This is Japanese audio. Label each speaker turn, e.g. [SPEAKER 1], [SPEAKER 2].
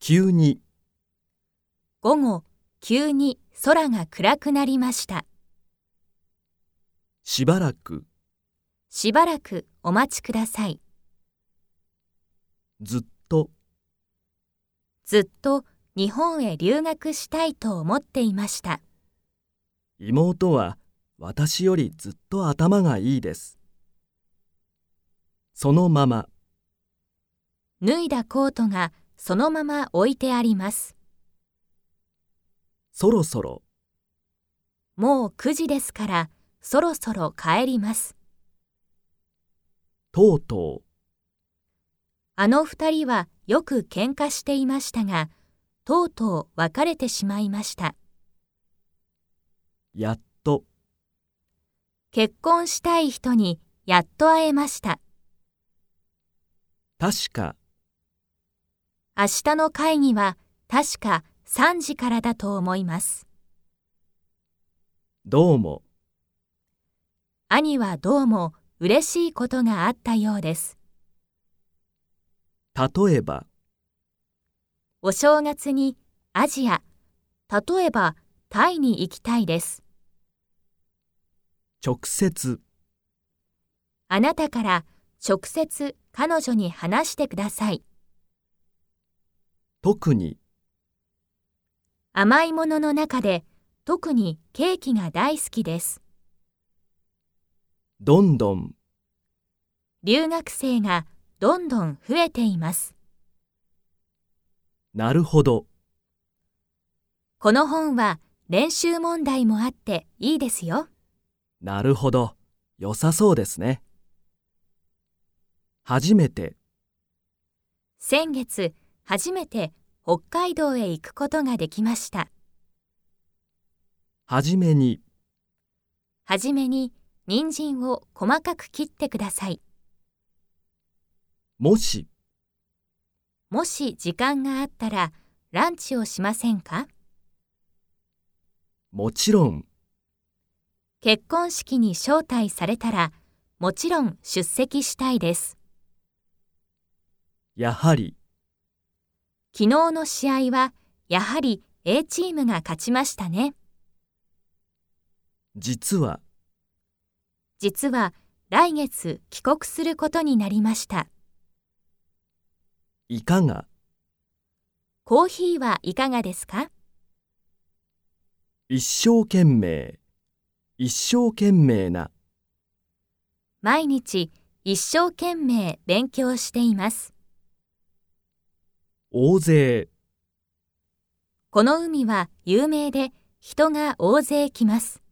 [SPEAKER 1] 急に、
[SPEAKER 2] 午後、急に空が暗くなりました。
[SPEAKER 1] しばらく、
[SPEAKER 2] しばらくお待ちください。
[SPEAKER 1] ずっと、
[SPEAKER 2] ずっと日本へ留学したいと思っていました。
[SPEAKER 1] 妹は私よりずっと頭がいいです。そのまま、
[SPEAKER 2] 脱いだコートがそのまま置いてあります。
[SPEAKER 1] そろそろ、
[SPEAKER 2] もう9時ですから、そろそろ帰ります。
[SPEAKER 1] とうと
[SPEAKER 2] あの二人はよく喧嘩していましたが、とうとう別れてしまいました。
[SPEAKER 1] う、やっと、
[SPEAKER 2] 結婚したい人にやっと会えました。
[SPEAKER 1] 確か、
[SPEAKER 2] 明日の会議は確か3時からだと思います。
[SPEAKER 1] どうも、
[SPEAKER 2] 兄はどうも嬉しいことがあったようです。
[SPEAKER 1] 例えば、
[SPEAKER 2] お正月にアジア、例えばタイに行きたいです。
[SPEAKER 1] 直接、
[SPEAKER 2] あなたから直接彼女に話してください。
[SPEAKER 1] 特に、
[SPEAKER 2] 甘いものの中で特にケーキが大好きです。
[SPEAKER 1] どんどん、
[SPEAKER 2] 留学生がどんどん増えています。
[SPEAKER 1] なるほど、
[SPEAKER 2] この本は練習問題もあっていいですよ。
[SPEAKER 1] なるほど、良さそうですね。初めて、
[SPEAKER 2] 先月初めて北海道へ行くことができました
[SPEAKER 1] はじめに、
[SPEAKER 2] はじめに人参を細かく切ってください
[SPEAKER 1] もし、
[SPEAKER 2] もし時間があったらランチをしませんか
[SPEAKER 1] もちろん、
[SPEAKER 2] 結婚式に招待されたらもちろん出席したいです
[SPEAKER 1] やはり、
[SPEAKER 2] 昨日の試合はやはり A チームが勝ちましたね
[SPEAKER 1] 実は、
[SPEAKER 2] 実は来月帰国することになりました
[SPEAKER 1] いかが、
[SPEAKER 2] コーヒーはいかがですか
[SPEAKER 1] 一生懸命、一生懸命な、
[SPEAKER 2] 毎日一生懸命勉強しています。
[SPEAKER 1] 大勢、
[SPEAKER 2] この海は有名で人が大勢来ます。